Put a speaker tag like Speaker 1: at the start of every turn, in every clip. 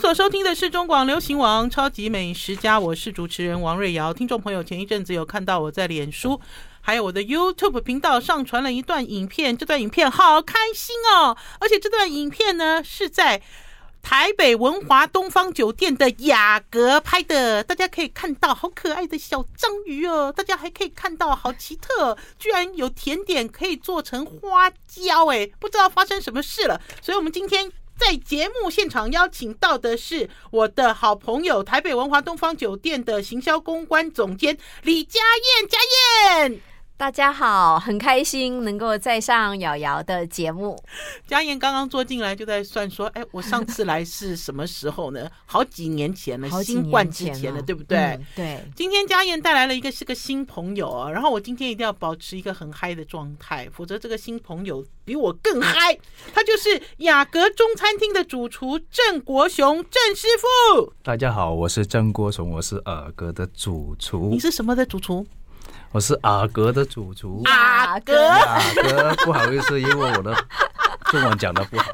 Speaker 1: 所收听的是中广流行网《超级美食家》，我是主持人王瑞瑶。听众朋友，前一阵子有看到我在脸书，还有我的 YouTube 频道上传了一段影片，这段影片好开心哦！而且这段影片呢是在台北文华东方酒店的雅阁拍的，大家可以看到好可爱的小章鱼哦，大家还可以看到好奇特哦，居然有甜点可以做成花椒，哎，不知道发生什么事了。所以我们今天在节目现场邀请到的是我的好朋友，台北文华东方酒店的行销公关总监李佳燕，佳燕，
Speaker 2: 大家好，很开心能够再上瑶瑶的节目。
Speaker 1: 佳燕刚刚坐进来就在算说，哎，我上次来是什么时候呢？好几年前了，
Speaker 2: 好几
Speaker 1: 新冠
Speaker 2: 年
Speaker 1: 之前
Speaker 2: 前
Speaker 1: 了，
Speaker 2: 了
Speaker 1: 对不对？
Speaker 2: 嗯对，
Speaker 1: 今天佳燕带来了一个是个新朋友啊，然后我今天一定要保持一个很嗨的状态，否则这个新朋友比我更嗨。他就是雅阁中餐厅的主厨郑国雄郑师傅。
Speaker 3: 大家好，我是郑国雄，我是尔格的主厨
Speaker 1: 你，是什么的主厨？
Speaker 3: 我是尔格的主厨。
Speaker 1: 雅阁
Speaker 3: 尔格，不好意思，因为我的中文讲的不好。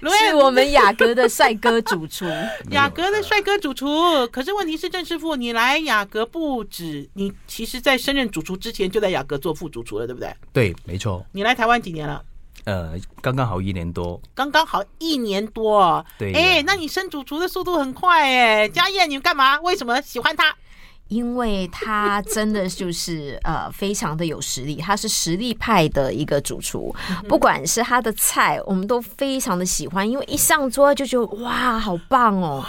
Speaker 1: 卢
Speaker 2: 是我们雅阁的帅哥主 厨。
Speaker 1: 雅阁的帅哥主厨，可是问题是郑师傅，你来雅阁不止，你其实在升任主厨之前就在雅阁做副主厨了，对不对？
Speaker 3: 对，没错，
Speaker 1: 你来台湾几年了？
Speaker 3: 呃，刚刚好一年多，
Speaker 1: 刚刚好一年多哦。
Speaker 3: 对
Speaker 1: 哎、
Speaker 3: 呀
Speaker 1: 那你升主厨的速度很快哎。佳燕，你干嘛？为什么喜欢他？
Speaker 2: 因为他真的就是呃，非常的有实力，他是实力派的一个主厨。
Speaker 1: 嗯
Speaker 2: 不管是他的菜，我们都非常的喜欢，因为一上桌就觉得哇，好棒哦，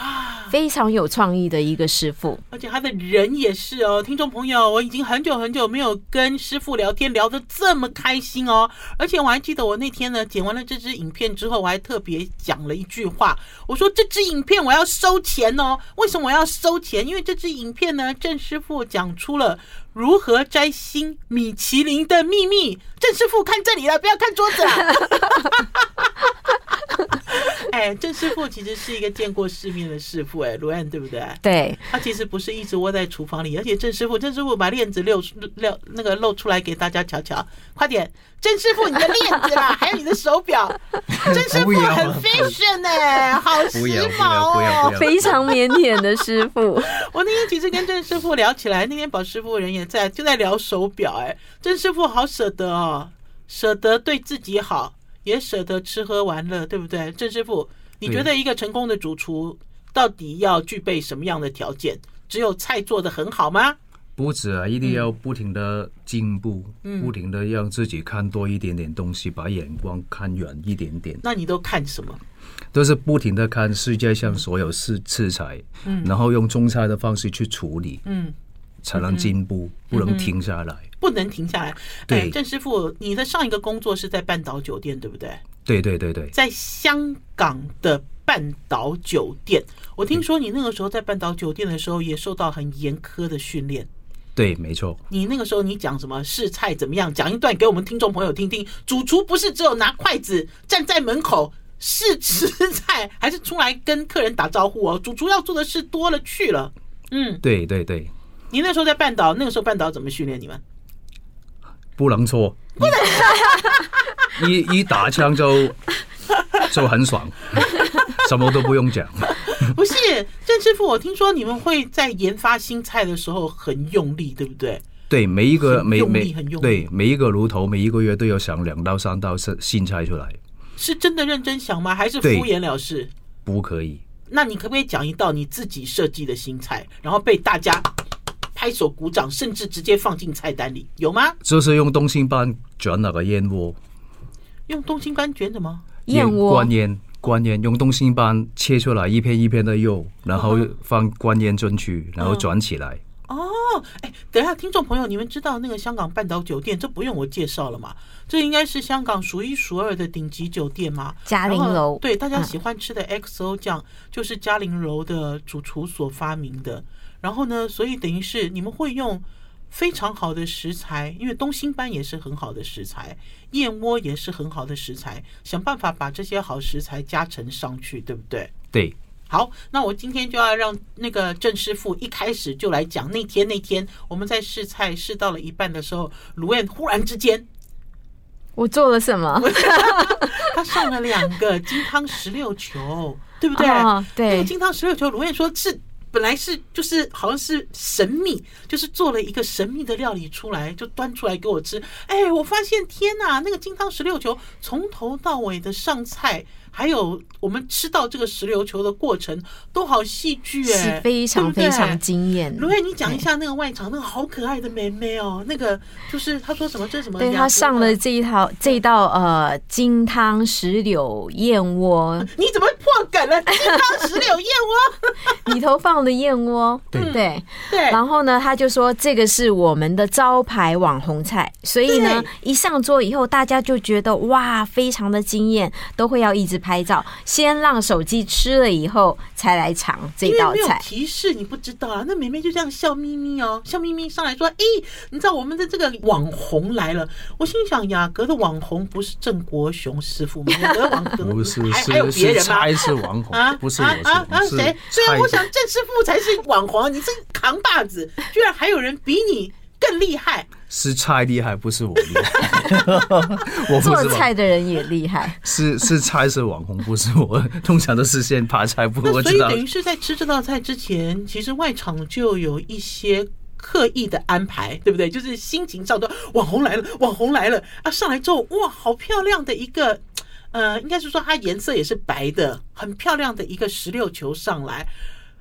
Speaker 2: 非常有创意的一个师傅。
Speaker 1: 而且他的人也是哦，听众朋友，我已经很久很久没有跟师傅聊天聊得这么开心哦。而且我还记得我那天呢剪完了这支影片之后，我还特别讲了一句话，我说这支影片我要收钱哦。为什么我要收钱？因为这支影片呢，郑师傅讲出了如何摘星米其林的秘密。郑师傅看这里了，不要看桌子啊了。 哎，郑师傅其实是一个见过世面的师傅，哎，卢安对不对？
Speaker 2: 对，
Speaker 1: 他其实不是一直窝在厨房里，而且郑师傅，郑师傅把链子露出露那个露出来给大家瞧瞧，快点！郑师傅，你的链子啦，还有你的手表， 郑师傅
Speaker 3: 不要
Speaker 1: 很 fashion 哎、好时
Speaker 3: 不要不要
Speaker 1: 髦
Speaker 3: 不要
Speaker 1: 哦
Speaker 3: 不！要！
Speaker 2: 非常腼腆的师傅。
Speaker 1: 我那天其实跟郑师傅聊起来，那天宝师傅人也在，就在聊手表哎、郑师傅好舍得哦，舍得对自己好，也舍得吃喝玩乐，对不对？郑师傅，你
Speaker 3: 对
Speaker 1: 觉得一个成功的主厨到底要具备什么样的条件？只有菜做的很好吗？
Speaker 3: 不止啊，一定要不停的进步，
Speaker 1: 嗯
Speaker 3: 不停的让自己看多一点点东西，把眼光看远一点点。
Speaker 1: 那你都看什么？
Speaker 3: 都是不停的看世界上所有食食材，然后用中餐的方式去处理，
Speaker 1: 嗯，
Speaker 3: 才能进步，不能停下来。
Speaker 1: 不能停下来。
Speaker 3: 对
Speaker 1: 哎郑师傅，你的上一个工作是在半岛酒店，对不对？
Speaker 3: 对对对对，
Speaker 1: 在香港的半岛酒店，我听说你那个时候在半岛酒店的时候，也受到很严苛的训练。
Speaker 3: 对，没错。
Speaker 1: 你那个时候你讲什么试菜怎么样？讲一段给我们听众朋友听听。主厨不是只有拿筷子站在门口试吃菜，还是出来跟客人打招呼哦。主厨要做的事多了去了。嗯，
Speaker 3: 对对对，
Speaker 1: 你那时候在半岛，那个时候半岛怎么训练你们？
Speaker 3: 不能错，不能一一打枪就就很爽， 什么都不用讲。
Speaker 1: 不是郑师傅，我听说你们会在研发新菜的时候很用力，对不对？
Speaker 3: 对，每一个
Speaker 1: 很
Speaker 3: 每
Speaker 1: 用力
Speaker 3: 每
Speaker 1: 很用力
Speaker 3: 对每一个炉头，每一个月都要想两到三道新新菜出来，
Speaker 1: 是真的认真想吗？还是敷
Speaker 3: 对
Speaker 1: 衍了事？
Speaker 3: 不可以。
Speaker 1: 那你可不可以讲一道你自己设计的新菜，然后被大家拍手鼓掌，甚至直接放进菜单里，有吗？
Speaker 3: 就是用东星斑卷那个燕窝，
Speaker 1: 用东星斑卷什么？
Speaker 2: 燕窝
Speaker 3: 关烟，关烟用东星斑切出来一片一片的肉，然后放关烟进去，然后转起来。
Speaker 1: 哦，哎，等一下，听众朋友，你们知道那个香港半岛酒店，这不用我介绍了嘛？这应该是香港数一数二的顶级酒店嘛？
Speaker 2: 嘉
Speaker 1: 然
Speaker 2: 陵
Speaker 1: 后
Speaker 2: 楼
Speaker 1: 哦对大家喜欢吃的 XO 酱，就是嘉陵楼的主厨所发明的。然后呢，所以等于是你们会用非常好的食材，因为东星斑也是很好的食材，燕窝也是很好的食材，想办法把这些好食材加成上去，对不对？
Speaker 3: 对，
Speaker 1: 好，那我今天就要让那个郑师傅一开始就来讲那天那天我们在试菜试到了一半的时候，卢燕忽然之间
Speaker 2: 我做了什么？
Speaker 1: 他上了两个金汤十六球，对不对？
Speaker 2: 哦对
Speaker 1: 那个金汤石榴球，卢燕说是本来是就是好像是神秘，就是做了一个神秘的料理出来，就端出来给我吃。哎，我发现天哪，那个金汤石榴球从头到尾的上菜。还有我们吃到这个石榴球的过程都好戏剧哎、
Speaker 2: 是非常
Speaker 1: 对不
Speaker 2: 非
Speaker 1: 对
Speaker 2: 常惊艳。
Speaker 1: 卢燕，你讲一下那个外场那个好可爱的妹妹哦，那个就是她说什么这是什么？
Speaker 2: 对
Speaker 1: 雅
Speaker 2: 他
Speaker 1: 竹
Speaker 2: 上
Speaker 1: 的
Speaker 2: 了这一套这一道呃金汤石榴燕 窝，
Speaker 1: 你怎么破梗了？金汤石 榴燕窝，
Speaker 2: 里头放的燕窝，
Speaker 3: 对
Speaker 2: 对，
Speaker 1: 对，
Speaker 2: 然后呢，他就说这个是我们的招牌网红菜，所以呢
Speaker 1: 对，
Speaker 2: 一上桌以后，大家就觉得哇，非常的惊艳，都会要一直拍照，先让手机吃了以后才来尝这
Speaker 1: 因为
Speaker 2: 道
Speaker 1: 没有
Speaker 2: 菜。
Speaker 1: 提示，你不知道啊。那梅梅就这样笑眯眯哦，笑眯眯上来说：“咦、你知道我们的这个网红来了。”我心想，雅阁的网红不是郑国雄师傅吗？雅阁的网红
Speaker 3: 不是
Speaker 1: 还还有
Speaker 3: 是
Speaker 1: 别
Speaker 3: 是
Speaker 1: 人吗？
Speaker 3: 猜是网
Speaker 1: 啊
Speaker 3: 红，不是我
Speaker 1: 啊啊啊！
Speaker 3: 是是
Speaker 1: 谁？虽然我想
Speaker 3: 猜
Speaker 1: 郑师傅才是网红，你是扛把子，居然还有人比你更厉害。
Speaker 3: 是猜厉害，不是我厉害。 我不
Speaker 2: 做
Speaker 3: 是
Speaker 2: 菜
Speaker 3: 网
Speaker 2: 的人也厉害，
Speaker 3: 是是猜是网红，不是我。通常都是先爬菜，不过
Speaker 1: 那
Speaker 3: 我
Speaker 1: 所
Speaker 3: 知
Speaker 1: 以
Speaker 3: 道
Speaker 1: 等于是在吃这道菜之前，其实外场就有一些刻意的安排，对不对？就是心情上的网红来了，网红来了啊！上来之后，哇，好漂亮的一个，呃，应该是说它颜色也是白的，很漂亮的一个石榴球上来。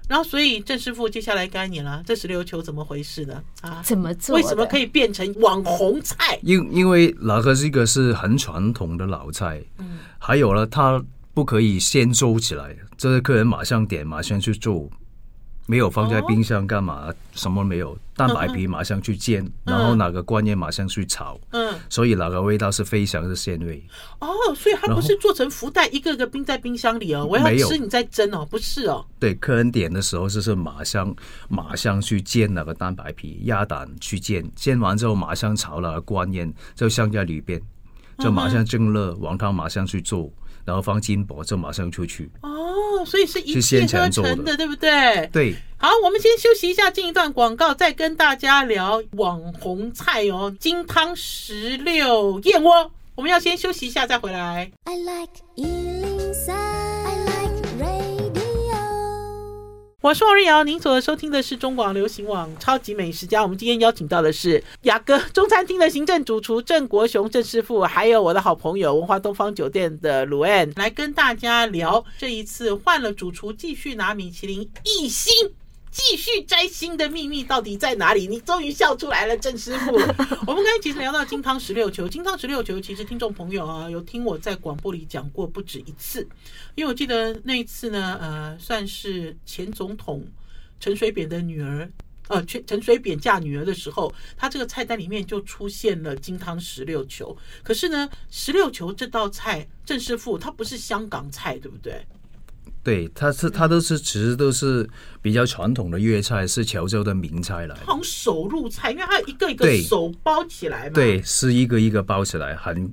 Speaker 1: 然后，所以郑师傅接下来该你了，这石榴球怎么回事呢？啊，
Speaker 2: 怎么做
Speaker 1: 为
Speaker 2: 的？
Speaker 1: 什么可以变成网红菜？嗯
Speaker 3: 因因为那个是一个是很传统的老菜，
Speaker 1: 嗯
Speaker 3: 还有呢，它不可以先收起来，这个客人马上点，马上去做，没有放在
Speaker 1: 哦
Speaker 3: 冰箱干嘛，什么没有，蛋白皮马上去煎，然后那个观念马上去炒，
Speaker 1: 嗯，
Speaker 3: 所以那个味道是非常的鲜味。
Speaker 1: 哦，所以它不是做成福袋，一个个冰在冰箱里哦，我要
Speaker 3: 没有
Speaker 1: 吃你再蒸哦，不是哦，
Speaker 3: 对，客人点的时候就是马上马上去煎那个蛋白皮，鸭蛋去煎，煎完之后马上炒那个观音，就放在里边，就马上蒸了，黄汤马上去做，然后放金箔就马上出去。
Speaker 1: 哦，所以是一气
Speaker 3: 是先
Speaker 1: 呵
Speaker 3: 前做
Speaker 1: 成的，
Speaker 3: 的
Speaker 1: 对不对？
Speaker 3: 对，
Speaker 1: 好，我们先休息一下，进一段广告，再跟大家聊网红菜哦，金汤石榴燕窝。我们要先休息一下再回来。
Speaker 4: I like Ealing Sound. I like radio.
Speaker 1: 我是王瑞瑶，您所收听的是中广流行网《超级美食家》。我们今天邀请到的是雅阁中餐厅的行政主厨郑国雄郑师傅，还有我的好朋友文化东方酒店的卢安，来跟大家聊这一次换了主厨，继续拿米其林一星。继续摘星的秘密到底在哪里？你终于笑出来了，郑师傅。我们刚才其实聊到金汤十六球，金汤十六球其实听众朋友啊，有听我在广播里讲过不止一次，因为我记得那一次呢，呃，算是前总统陈水扁的女儿。呃，陈陈水扁嫁女儿的时候，他这个菜单里面就出现了金汤石榴球。可是呢，石榴球这道菜，郑师傅它不是香港菜，对不对？
Speaker 3: 对，它是它都是其实都是比较传统的粤菜，是潮州的名菜来的。
Speaker 1: 好像手入菜，因为它一个一个
Speaker 3: 对
Speaker 1: 手包起来嘛。
Speaker 3: 对，是一个一个包起来，很。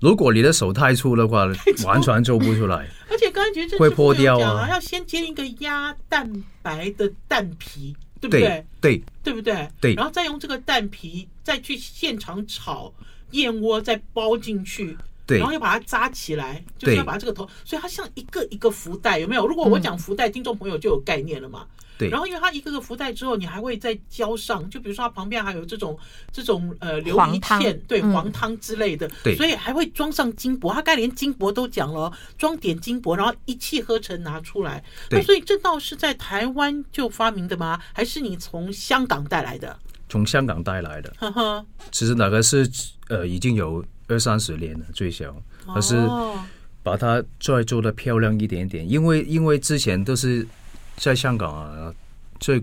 Speaker 3: 如果你的手太粗的话，完全做不出来。
Speaker 1: 而且刚才觉得郑
Speaker 3: 会
Speaker 1: 师傅
Speaker 3: 破
Speaker 1: 有
Speaker 3: 掉
Speaker 1: 讲
Speaker 3: 啊
Speaker 1: 要先煎一个鸭蛋白的蛋皮， 对不
Speaker 3: 对对
Speaker 1: 对不对？
Speaker 3: 对
Speaker 1: 然后再用这个蛋皮再去现场炒燕窝，再包进去。
Speaker 3: 对
Speaker 1: 然后要把它扎起来，就是
Speaker 3: 对
Speaker 1: 要把它这个头，所以它像一个一个福袋，有没有？如果我讲福袋，听众朋友就有概念了嘛。
Speaker 3: 对
Speaker 1: 然后因为它一个个福袋之后，你还会再浇上，就比如说它旁边还有这种这种呃琉
Speaker 2: 黄
Speaker 1: 璃
Speaker 2: 汤
Speaker 1: 片，对
Speaker 2: 嗯
Speaker 1: 黄汤之类的，
Speaker 3: 对
Speaker 1: 所以还会装上金箔。它刚才连金箔都讲了哦，装点金箔，然后一气呵成拿出来。
Speaker 3: 对
Speaker 1: 那所以这道是在台湾就发明的吗？还是你从香港带来的？
Speaker 3: 从香港带来的。
Speaker 1: 呵呵，
Speaker 3: 其实那个是呃已经有二三十年了最小，可是
Speaker 1: 哦
Speaker 3: 把它再做的漂亮一点点，因为因为之前都是在香港啊，最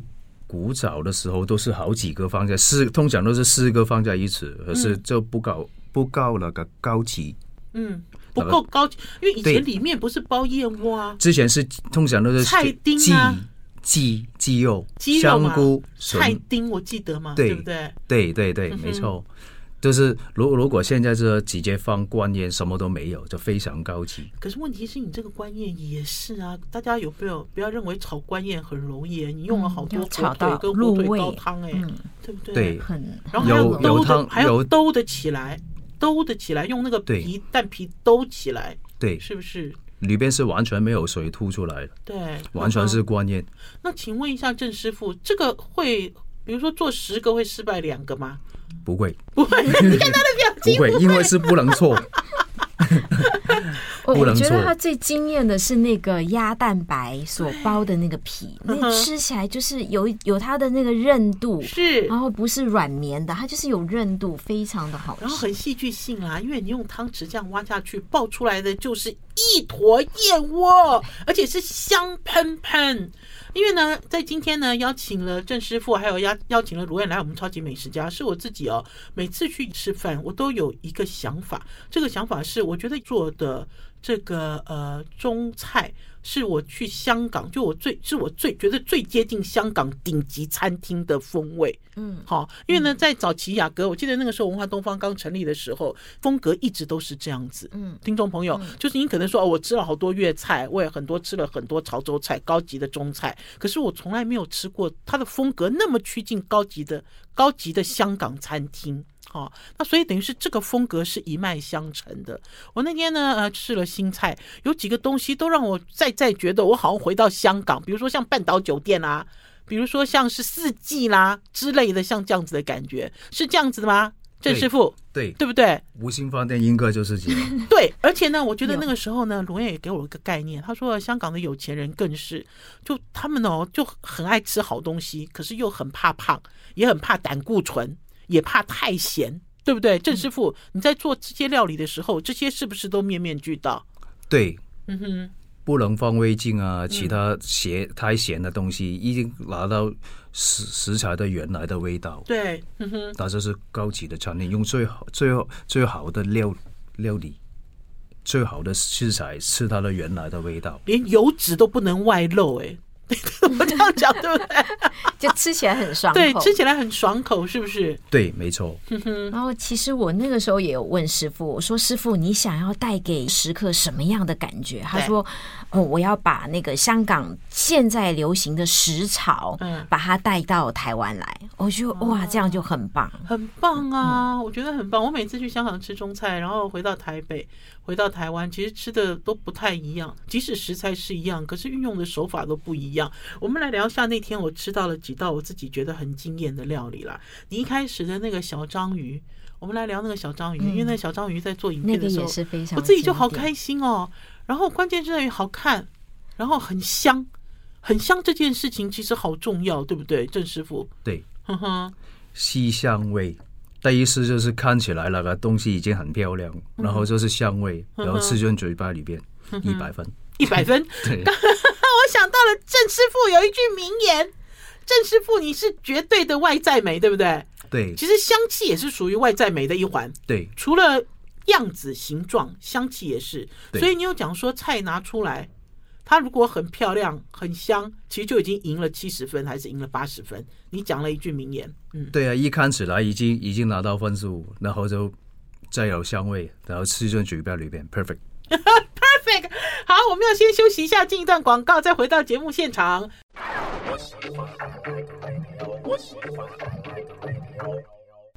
Speaker 3: 古早的时候都是好几个放在四，通常都是四个放在一起，可是就不搞不够那个高级。
Speaker 1: 嗯，不够高级，因为以
Speaker 3: 对
Speaker 1: 前里面不是包燕窝啊，
Speaker 3: 之前是通常都是
Speaker 1: 菜丁
Speaker 3: 鸡
Speaker 1: 啊
Speaker 3: 鸡鸡肉、
Speaker 1: 鸡肉
Speaker 3: 香
Speaker 1: 嘛
Speaker 3: 菇、
Speaker 1: 菜嗯
Speaker 3: 笋，
Speaker 1: 丁我记得嘛，
Speaker 3: 对
Speaker 1: 不对？
Speaker 3: 对对对，没错。就是如如果现在是直接放观音，什么都没有，就非常高级。
Speaker 1: 可是问题是你这个官宴也是啊，大家有没有不要认为炒官宴很容易？你用了好多
Speaker 2: 嗯要
Speaker 1: 火
Speaker 2: 炒
Speaker 1: 腿
Speaker 2: 到
Speaker 1: 跟火腿
Speaker 2: 入味
Speaker 1: 高汤，哎，
Speaker 2: 嗯，
Speaker 1: 对不对？
Speaker 3: 对，
Speaker 2: 很
Speaker 1: 然后还要
Speaker 3: 有有
Speaker 1: 兜的，
Speaker 3: 汤
Speaker 1: 还要
Speaker 3: 有
Speaker 1: 兜的起来，兜的起来，用那个
Speaker 3: 对
Speaker 1: 皮蛋皮兜起来，
Speaker 3: 对，
Speaker 1: 是不是？
Speaker 3: 里边是完全没有水吐出来的，
Speaker 1: 对，
Speaker 3: 完全是观念。
Speaker 1: 那请问一下郑师傅，这个会，比如说做十个会失败两个吗？
Speaker 3: 不会，
Speaker 1: 不会，你看他的表
Speaker 3: 不
Speaker 1: 情，
Speaker 3: 会，因为是不能错。
Speaker 2: 我
Speaker 3: 不
Speaker 2: 我
Speaker 3: 能
Speaker 2: 觉得
Speaker 3: 做
Speaker 2: 它最惊艳的是那个鸭蛋白所包的那个皮，那
Speaker 1: 嗯哼
Speaker 2: 吃起来就是有有它的那个韧度，
Speaker 1: 是
Speaker 2: 然，后不是软绵的，它就是有韧度，非常的好
Speaker 1: 然后
Speaker 2: 吃。
Speaker 1: 很戏剧性啦，因为你用汤匙这样挖下去，爆出来的就是一坨燕窝，而且是香喷喷。因为呢，在今天呢，邀请了郑师傅，还有邀邀请了卢燕来我们超级美食家，是我自己哦。每次去吃饭，我都有一个想法，这个想法是我觉得做的这个呃中菜。是我去香港，就我最是我最觉得最接近香港顶级餐厅的风味。
Speaker 2: 嗯，
Speaker 1: 好，因为呢，在早期雅阁，我记得那个时候文化东方刚成立的时候，风格一直都是这样子。
Speaker 2: 嗯，
Speaker 1: 听众朋友，就是你可能说哦，我吃了好多粤菜，我也很多吃了很多潮州菜、高级的中菜，可是我从来没有吃过它的风格那么趋近高级的高级的香港餐厅。好、那所以等于是这个风格是一脉相承的。我那天呢，呃，吃了新菜，有几个东西都让我再再觉得我好像回到香港，比如说像半岛酒店啊，比如说像是四季啦之类的，像这样子的感觉，是这样子的吗？郑
Speaker 3: 对
Speaker 1: 师傅，
Speaker 3: 对，
Speaker 1: 对不对？
Speaker 3: 无心饭店应该就是这样。
Speaker 1: 对，而且呢，我觉得那个时候呢，罗燕也给我一个概念，他说香港的有钱人更是，就他们哦，就很爱吃好东西，可是又很怕胖，也很怕胆固醇，也怕太咸，对不对？郑师傅，你在做这些料理的时候，这些是不是都面面俱到？
Speaker 3: 对，
Speaker 1: 嗯哼，
Speaker 3: 不能放味精啊，其他咸太咸的东西，已经拿到食食材的原来的味道。
Speaker 1: 对，嗯哼，
Speaker 3: 那这是高级的餐厅，用最好、最好、最好的料料理，最好的食材，吃它的原来的味道。
Speaker 1: 连油脂都不能外露、哎。 我这样讲对不对？
Speaker 2: 就吃起来很爽口。
Speaker 1: 对，吃起来很爽口，是不是？
Speaker 3: 对，没错，
Speaker 2: 然后其实我那个时候也有问师傅，我说师傅你想要带给食客什么样的感觉？他说，哦，我要把那个香港现在流行的食潮，
Speaker 1: 嗯哦
Speaker 2: 把它带到台湾来。我就哇，这样就很棒。
Speaker 1: 很棒啊，我觉得很棒。我每次去香港吃中菜，然后回到台北，回到台湾，其实吃的都不太一样。即使食材是一样，可是运用的手法都不一样。我们来聊一下那天我吃到了几道我自己觉得很惊艳的料理啦。你一开始的那个小章鱼，我们来聊那个小章鱼，因为那小章鱼在做影
Speaker 2: 嗯那
Speaker 1: 片
Speaker 2: 个
Speaker 1: 的时
Speaker 2: 也
Speaker 1: 候，
Speaker 2: 是非常，
Speaker 1: 我自己就好。开心哦。然后关键是在于好看，然后很香，很香这件事情其实好重要，对不对，郑师傅？
Speaker 3: 对，
Speaker 1: 哼哼，
Speaker 3: 西香味。第一是就是看起来那个东西已经很漂亮，然后就是香味，
Speaker 1: 嗯
Speaker 3: 然后吃进嘴巴里边，一 百分。
Speaker 1: 一百分。
Speaker 3: 对，
Speaker 1: 我想到了郑师傅有一句名言：“郑师傅，你是绝对的外在美，对不对？
Speaker 3: 对，
Speaker 1: 其实香气也是属于外在美的一环，
Speaker 3: 对，
Speaker 1: 除了样子、形状，香气也是。
Speaker 3: 对
Speaker 1: 所以你有讲说菜拿出来，它如果很漂亮、很香，其实就已经赢了七十分，还是赢了八十分。你讲了一句名言，嗯，
Speaker 3: 对啊！一看起来已经已经拿到分数，然后就再有香味，然后吃进嘴巴里边，perfect。
Speaker 1: 好，我们要先休息一下，进一段广告，再回到节目现场。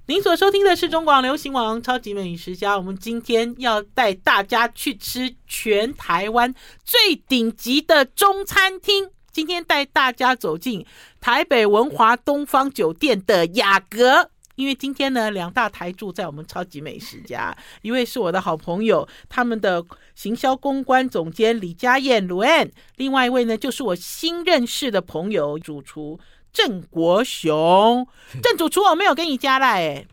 Speaker 1: 您所收听的是中广流行网《超级美食家》，我们今天要带大家去吃全台湾最顶级的中餐厅。今天带大家走进台北文华东方酒店的雅阁。因为今天呢，两大台柱在我们超级美食家，一位是我的好朋友，他们的行销公关总监李佳燕 l u n 另外一位呢就是我新认识的朋友主厨郑国雄。 郑主厨，我哦没有跟你加赖哎、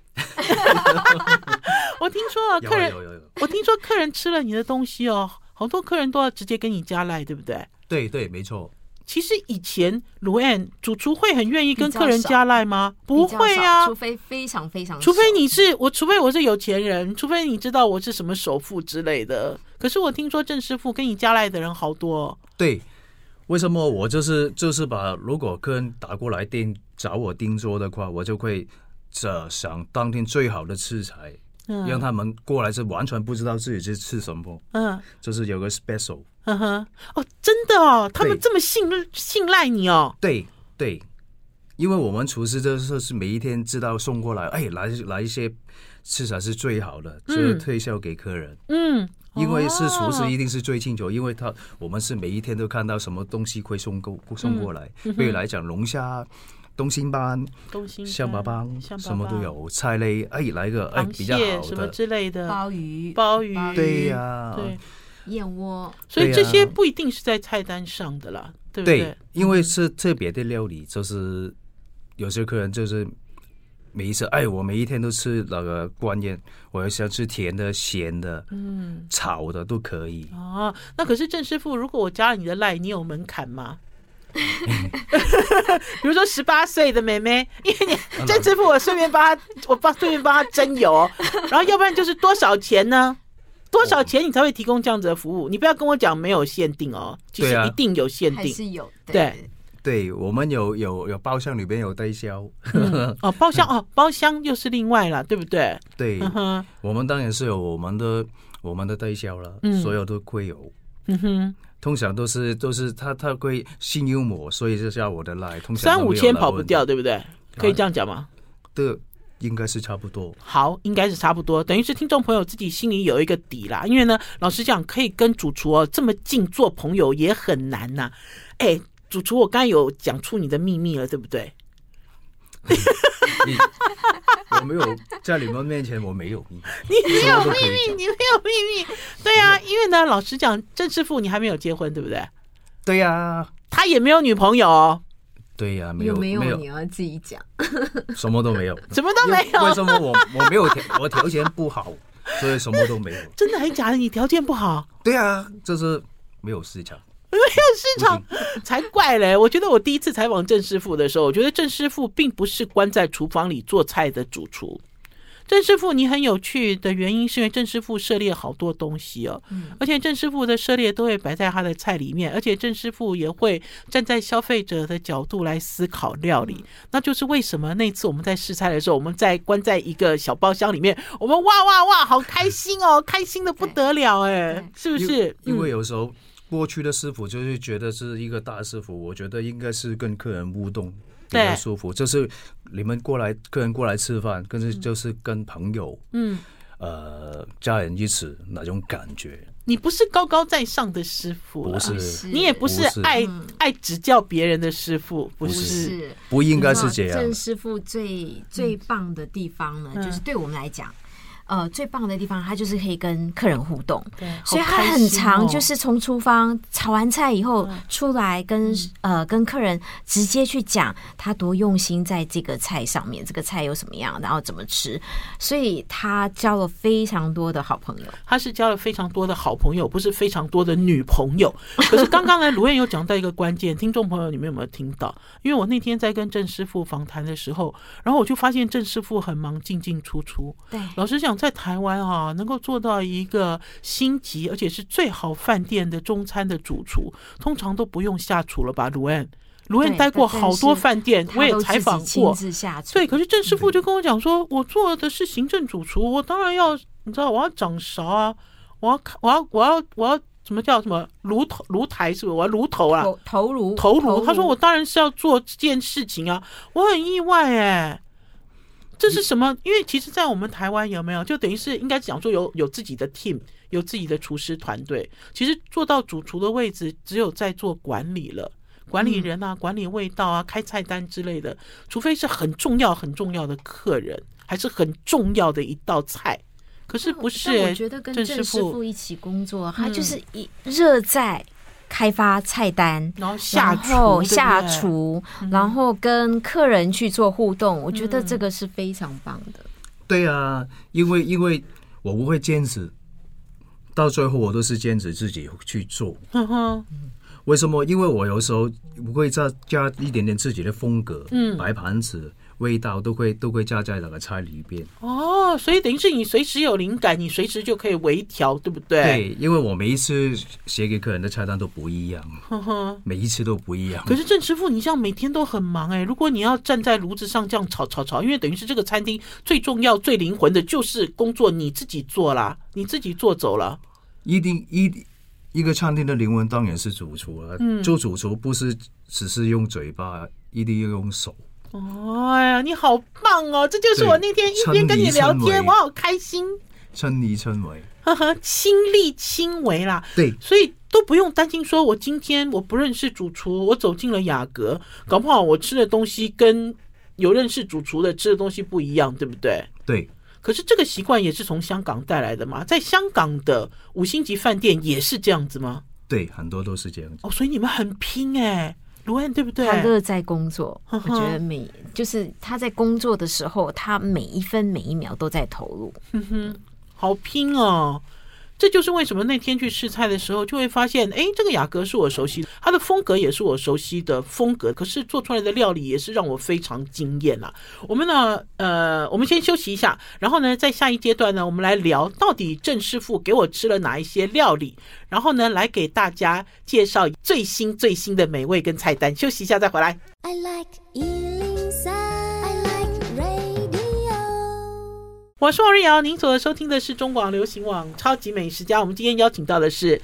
Speaker 1: 我听说客人，
Speaker 3: 有有，
Speaker 1: 我听说客人吃了你的东西哦，好多客人都要直接跟你加赖，对不对？
Speaker 3: 对对，没错。
Speaker 1: 其实以前卢安主厨会很愿意跟
Speaker 2: 比较
Speaker 1: 客人加赖吗？不会啊，
Speaker 2: 除非非常非常少，
Speaker 1: 除非你是我，除非我是有钱人，除非你知道我是什么首富之类的。可是我听说郑师傅跟你加赖的人好多、哦，
Speaker 3: 对，为什么我就是就是把如果客人打过来订找我订桌的话，我就会这想当天最好的食材，让他们过来是完全不知道自己是吃什么，
Speaker 1: 嗯
Speaker 3: 就是有个 special。
Speaker 1: 呵呵，哦，真的哦，他们
Speaker 3: 对
Speaker 1: 这么信信赖你哦，
Speaker 3: 对对，因为我们厨师就是是每一天知道送过来，哎，来来一些食材是最好的，就是推销给客人。
Speaker 1: 嗯，
Speaker 3: 因为是厨
Speaker 1: 哦
Speaker 3: 师一定是最清楚，因为他我们是每一天都看到什么东西会送过送过
Speaker 1: 嗯
Speaker 3: 来，对于来讲龙虾。东星斑、
Speaker 1: 东星
Speaker 3: 象拔蚌，
Speaker 1: 啊象拔
Speaker 3: 什么都
Speaker 1: 蚌，
Speaker 3: 有，菜类，哎，来个哎
Speaker 1: 螃
Speaker 3: 比较
Speaker 1: 蟹
Speaker 3: 好
Speaker 1: 什么
Speaker 3: 的，啊
Speaker 1: 之类的，
Speaker 2: 鲍鱼、
Speaker 1: 呃鲍鱼
Speaker 3: 对呀、
Speaker 1: 对，
Speaker 2: 燕窝，
Speaker 1: 所以
Speaker 3: 对
Speaker 1: 这
Speaker 3: 啊
Speaker 1: 些不一定是在菜单上的啦，对不对？嗯
Speaker 3: 因为是特别的料理，就是有些客人就是每一次，哎，我每一天都吃那个官宴，我要想吃甜的、咸的、
Speaker 1: 嗯，
Speaker 3: 炒的都可以。
Speaker 1: 哦，那可是郑师傅，如果我加了你的赖，你有门槛 吗？比如说十八岁的妹妹，因为
Speaker 3: 嗯
Speaker 1: 你郑师傅，我顺便帮她，我帮顺便帮她征友，然后要不然就是多少钱呢？多
Speaker 3: 哦
Speaker 1: 少钱你才会提供这样子的服务？你不要跟我讲没有限定哦，其实
Speaker 3: 对啊
Speaker 1: 一定有限
Speaker 2: 还
Speaker 1: 定
Speaker 2: 是有
Speaker 1: 对
Speaker 3: 对我们有有有包厢里边有代 销，
Speaker 1: 哦。包厢哦，包厢又是另外啦，对不对？
Speaker 3: 嗯对、
Speaker 1: 嗯哼，
Speaker 3: 我们当然是有我们的我们的代销了，所有都会有。
Speaker 1: 嗯哼。
Speaker 3: 通常都是都是他他会性幽默，所以就叫我的来。通常
Speaker 1: 三
Speaker 3: 都没有
Speaker 1: 五千
Speaker 3: 那
Speaker 1: 跑不
Speaker 3: 问题啊
Speaker 1: 掉，，对不对？可以这样讲吗？
Speaker 3: 对，应该是差不多。
Speaker 1: 好，应该是差不多，等于是听众朋友自己心里有一个底啦。因为呢，老实讲，可以跟主厨哦这么近做朋友也很难呐、哎，主厨，我刚才有讲出你的秘密了，对不对？
Speaker 3: 你我没有在你们面前我没有秘密，
Speaker 1: 你没
Speaker 3: 什
Speaker 1: 有
Speaker 3: 么都
Speaker 1: 秘
Speaker 3: 可以
Speaker 1: 密，
Speaker 3: 讲
Speaker 1: 你没有秘密。对啊，因为呢，老实讲，郑师傅你还没有结婚，对不对？
Speaker 3: 对呀、
Speaker 1: 他也没有女朋友哦，
Speaker 3: 对呀、没
Speaker 2: 有
Speaker 3: 没
Speaker 2: 没
Speaker 3: 有
Speaker 2: 有你要自己讲？
Speaker 3: 什么都没有，
Speaker 1: 什么 都没
Speaker 3: 为
Speaker 1: 有，
Speaker 3: 什么我我没有条我条件不好，所以什么都没有？
Speaker 1: 真的还假的？你条件不好，
Speaker 3: 对呀，就是没有市场。
Speaker 1: 市场才怪嘞！我觉得我第一次采访郑师傅的时候，我觉得郑师傅并不是关在厨房里做菜的主厨。郑师傅，你很有趣的原因是因为郑师傅涉猎好多东西哦，
Speaker 2: 嗯
Speaker 1: 而且郑师傅的涉猎都会摆在他的菜里面，而且郑师傅也会站在消费者的角度来思考料理。
Speaker 2: 嗯
Speaker 1: 那就是为什么那次我们在试菜的时候，我们在关在一个小包厢里面，我们哇哇哇，好开心哦，开心的不得了哎
Speaker 2: 对，
Speaker 1: 是不
Speaker 3: 因
Speaker 1: 是？
Speaker 3: 因为有时候过去的师傅就是觉得是一个大师傅，我觉得应该是跟客人互动比较
Speaker 1: 对
Speaker 3: 舒服。就是你们过来，客人过来吃饭，跟着就是跟朋友、
Speaker 1: 嗯，
Speaker 3: 呃家人一起那种感觉，
Speaker 1: 你不是高高在上的师傅啦，
Speaker 3: 不是
Speaker 1: 你也不是
Speaker 3: 不是
Speaker 1: 爱
Speaker 2: 嗯
Speaker 1: 爱指教别人的师傅，不
Speaker 2: 不
Speaker 1: 是？
Speaker 2: 是。
Speaker 3: 不应该是这样
Speaker 2: 郑。师傅最最棒的地方呢，
Speaker 1: 嗯
Speaker 2: 就是对我们来讲，呃，最棒的地方，他就是可以跟客人互动。
Speaker 1: 对，
Speaker 2: 所以
Speaker 1: 好
Speaker 2: 他
Speaker 1: 开
Speaker 2: 很
Speaker 1: 心
Speaker 2: 常
Speaker 1: 哦嗯
Speaker 2: 就是从厨房炒完菜以后出来跟呃跟客人直接去讲他多用心在这个菜上面，这个菜有什么样，然后怎么吃，所以他交了非常多的好朋友。
Speaker 1: 他是交了非常多的好朋友，不是非常多的女朋友。可是刚刚呢，卢燕有讲到一个关键，听众朋友你们有没有听到？因为我那天在跟郑师傅访谈的时候，然后我就发现郑师傅很忙，进进出出。
Speaker 2: 对，
Speaker 1: 老实讲，在台湾啊，能够做到一个星级而且是最好饭店的中餐的主厨，通常都不用下厨了吧？卢恩，卢恩
Speaker 2: 对
Speaker 1: 待过
Speaker 2: 但
Speaker 1: 好多
Speaker 2: 是
Speaker 1: 饭店，我
Speaker 2: 他
Speaker 1: 也
Speaker 2: 都
Speaker 1: 采
Speaker 2: 自
Speaker 1: 访
Speaker 2: 己亲
Speaker 1: 过。
Speaker 2: 自嗯下厨，
Speaker 1: 对，可是郑师傅就跟我讲说，我做的是行政主厨，我当然要，你知道，我要掌勺啊，我要看，我要，我要，我要什么叫什么炉头炉台是不是？我要炉头啊，
Speaker 2: 头头颅
Speaker 1: 头颅。他说我当然是要做这件事情啊，我很意外哎、这是什么？因为其实，在我们台湾有没有，就等于是应该讲说有有自己的 team，有自己的厨师团队。其实做到主厨的位置，只有在做管理了，管理人啊，
Speaker 2: 嗯
Speaker 1: 管理味道啊，开菜单之类的。除非是很重要很重要的客人，还是很重要的一道菜。可是
Speaker 2: 但
Speaker 1: 不是、
Speaker 2: 但
Speaker 1: 欸？
Speaker 2: 哦我觉得跟
Speaker 1: 郑
Speaker 2: 郑
Speaker 1: 师
Speaker 2: 师
Speaker 1: 傅嗯
Speaker 2: 傅，一起工作，他就是一热在开发菜单。
Speaker 1: 然后下
Speaker 2: 然后
Speaker 1: 厨，对
Speaker 2: 下
Speaker 1: 不对嗯
Speaker 2: 厨，然后跟客人去做互动，我觉得
Speaker 1: 嗯
Speaker 2: 这个是非常棒的。
Speaker 3: 对啊，因为因为我不会坚持，到最后我都是坚持自己去做。
Speaker 1: 嗯哼，
Speaker 3: 为什么？因为我有时候会再加一点点自己的风格，嗯，摆盘子、味道都会都会加在那个菜里边。
Speaker 1: 哦，所以等于是你随时有灵感，你随时就可以微调，对不对？
Speaker 3: 对，因为我每一次写给客人的菜单都不一样，每一次都不一样。
Speaker 1: 可是郑师傅，你这样每天都很忙哎、如果你要站在炉子上这样炒炒炒，因为等于是这个餐厅最重要、最灵魂的就是工作，你自己做啦，你自己做走了。
Speaker 3: 一定一一个餐厅的灵魂当然是主厨啊，做主厨不是只是用嘴巴，一定要用手。
Speaker 1: 哦哎呀，你好棒哦！这就是我那天一边跟你聊
Speaker 3: 对
Speaker 1: 天，
Speaker 3: 称你称为
Speaker 1: 我好开心。
Speaker 3: 亲力亲为，
Speaker 1: 呵呵，亲力亲为啦，
Speaker 3: 对，
Speaker 1: 所以都不用担心说，我今天我不认识主厨，我走进了雅阁，搞不好我吃的东西跟有认识主厨的吃的东西不一样，对不对？
Speaker 3: 对，
Speaker 1: 可是这个习惯也是从香港带来的嘛，在香港的五星级饭店也是这样子吗？
Speaker 3: 对，很多都是这样子。
Speaker 1: 哦，所以你们很拼哎、卢安对不对？
Speaker 2: 他乐在工作，我
Speaker 1: 呵呵
Speaker 2: 觉得每就是他在工作的时候，他每一分每一秒都在投入。
Speaker 1: 好拼哦！这就是为什么那天去试菜的时候，就会发现，哎，这个雅阁是我熟悉的，它的风格也是我熟悉的风格，可是做出来的料理也是让我非常惊艳啊！我们呢，呃，我们先休息一下，然后呢，在下一阶段呢，我们来聊到底郑师傅给我吃了哪一些料理，然后呢，来给大家介绍最新最新的美味跟菜单。休息一下再回来。
Speaker 4: I like Ealing Sound. I like radio.
Speaker 1: 我是王瑞瑶，您所收听的是中广流行网《超级美食家》。我们今天邀请到的是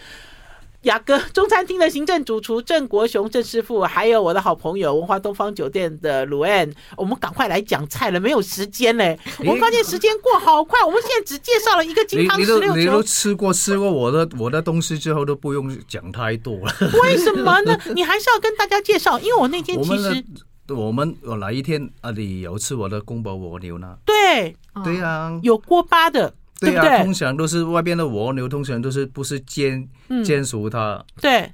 Speaker 1: 雅阁中餐厅的行政主厨郑国雄郑师傅，还有我的好朋友文化东方酒店的卢安。我们赶快来讲菜了，没有时间嘞！我发现时间过好快，我们现在只介绍了一个金
Speaker 3: 你
Speaker 1: 汤
Speaker 3: 你
Speaker 1: 十
Speaker 3: 都
Speaker 1: 六
Speaker 3: 你都
Speaker 1: 球，
Speaker 3: 吃过吃过我的我的东西之后都不用讲太多了。
Speaker 1: 为什么 呢？你还是要跟大家介 绍，因为我那天
Speaker 3: 我
Speaker 1: 其
Speaker 3: 们
Speaker 1: 实
Speaker 3: 的我们我哪一天啊？你有吃我的宫保蜗牛呢？
Speaker 1: 对
Speaker 3: 对呀、啊，
Speaker 1: 哦有锅巴的，对
Speaker 3: 对
Speaker 1: 不
Speaker 3: 呀、啊，
Speaker 1: 对
Speaker 3: 通？常都是外边的蜗牛，通常都是不是煎
Speaker 1: 嗯
Speaker 3: 煎熟它，
Speaker 1: 对，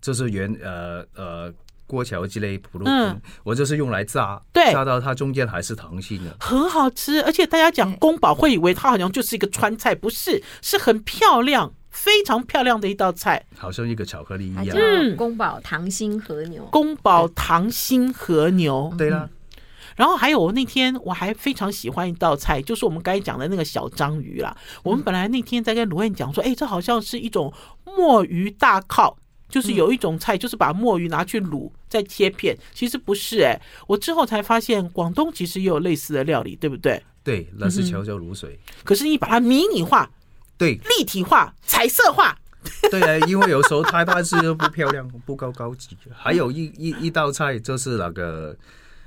Speaker 3: 就是原呃呃过桥之类普通，
Speaker 1: 嗯
Speaker 3: 我就是用来炸，
Speaker 1: 对
Speaker 3: 炸到它中间还是糖心的。
Speaker 1: 很好吃，而且大家讲
Speaker 2: 对
Speaker 1: 宫保会以为它好像就是一个川菜，不是，是很漂亮，非常漂亮的一道菜。
Speaker 3: 好像一个巧克力一
Speaker 2: 他
Speaker 3: 样
Speaker 2: 叫。
Speaker 1: 嗯
Speaker 2: 宫保糖心和牛，
Speaker 1: 宫保糖心和牛，
Speaker 3: 对啦，
Speaker 1: 然后还有我那天我还非常喜欢一道菜，就是我们刚才讲的那个小章鱼啦。我们本来那天在跟卢燕讲说，哎，这好像是一种墨鱼大靠。就是有一种菜，就是把墨鱼拿去卤，再切片。其实不是哎、我之后才发现，广东其实也有类似的料理，对不对？
Speaker 3: 对，那
Speaker 1: 嗯
Speaker 3: 是桥椒卤水。
Speaker 1: 可是你把它迷你化、
Speaker 3: 对
Speaker 1: 立体化、彩色化，
Speaker 3: 对啊，因为有时候太大只都不漂亮，不够高级。啊还有一一一道菜就是那个，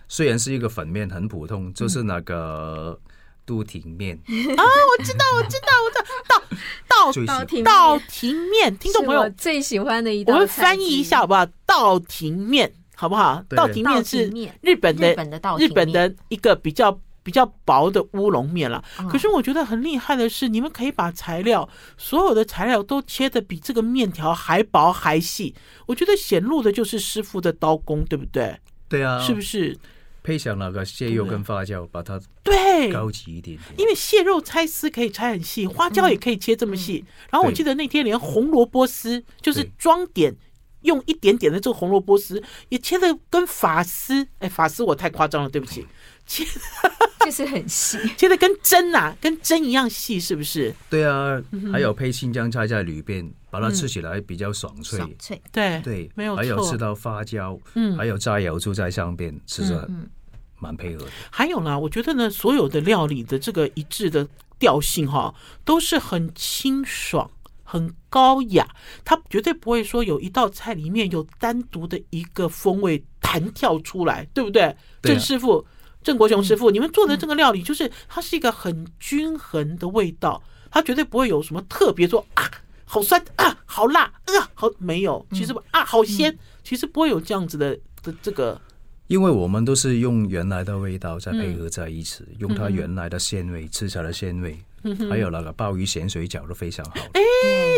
Speaker 3: 虽然是一个粉面很普通，
Speaker 1: 嗯
Speaker 3: 就是那个肚挺面。
Speaker 1: 哦我知道，我知道，我知道，道
Speaker 3: 最喜
Speaker 2: 道庭
Speaker 1: 道道庭面，听众朋
Speaker 2: 是我
Speaker 1: 友，
Speaker 2: 最喜欢的一道
Speaker 1: 我
Speaker 2: 菜之
Speaker 1: 们
Speaker 2: 一，
Speaker 1: 翻译一下好不好？道庭面好不好？
Speaker 3: 对
Speaker 1: 道庭面
Speaker 2: 道
Speaker 1: 是
Speaker 2: 庭面
Speaker 1: 日本的
Speaker 2: 日本的道庭
Speaker 1: 日
Speaker 2: 面
Speaker 1: 本的一个比较比较薄的乌龙面了。
Speaker 2: 嗯
Speaker 1: 可是我觉得很厉害的是，你们可以把材料所有的材料都切的比这个面条还薄还细，我觉得显露的就是师傅的刀工，对不对？
Speaker 3: 对啊，
Speaker 1: 是不是？
Speaker 3: 配上那个蟹肉跟花椒，把它
Speaker 1: 对，
Speaker 3: 高级一点点。
Speaker 1: 因为蟹肉拆丝可以拆很细，花
Speaker 3: 嗯
Speaker 1: 椒也可以切这么细。然后我记得那天连红萝卜丝，就是
Speaker 3: 对
Speaker 1: 装点用一点点的这个红萝卜丝，也切的跟法丝，哎，法丝我太夸张了，对不起，切
Speaker 2: 就是很细。
Speaker 1: 切的跟针啊，跟针一样细，是不是？
Speaker 3: 对啊，
Speaker 1: 嗯
Speaker 3: 还有配新疆菜在里边，把它吃起来比较爽脆。
Speaker 2: 爽脆，
Speaker 1: 对
Speaker 3: 对，
Speaker 1: 嗯没有
Speaker 3: 还有
Speaker 1: 错
Speaker 3: 吃到花椒，
Speaker 1: 嗯
Speaker 3: 还有炸油猪在上边，吃着蛮配合的。
Speaker 1: 还有啦，我觉得呢，所有的料理的这个一致的调性哈，都是很清爽。很高雅，它绝对不会说有一道菜里面有单独的一个风味弹跳出来，对不对？嗯
Speaker 3: 对啊
Speaker 1: 郑师傅、郑国雄师傅，你们做的这个料理，就是它是一个很均衡的味道，它绝对不会有什么特别说啊，好酸啊，好辣啊，好没有，其实啊，好鲜，其实不会有这样子的的这个
Speaker 3: 因为我们都是用原来的味道
Speaker 1: 嗯
Speaker 3: 再配合在一起，用它原来的鲜味，吃起来的鲜味，
Speaker 1: 嗯
Speaker 3: 还有那个鲍鱼咸水饺都非常好。
Speaker 1: 哎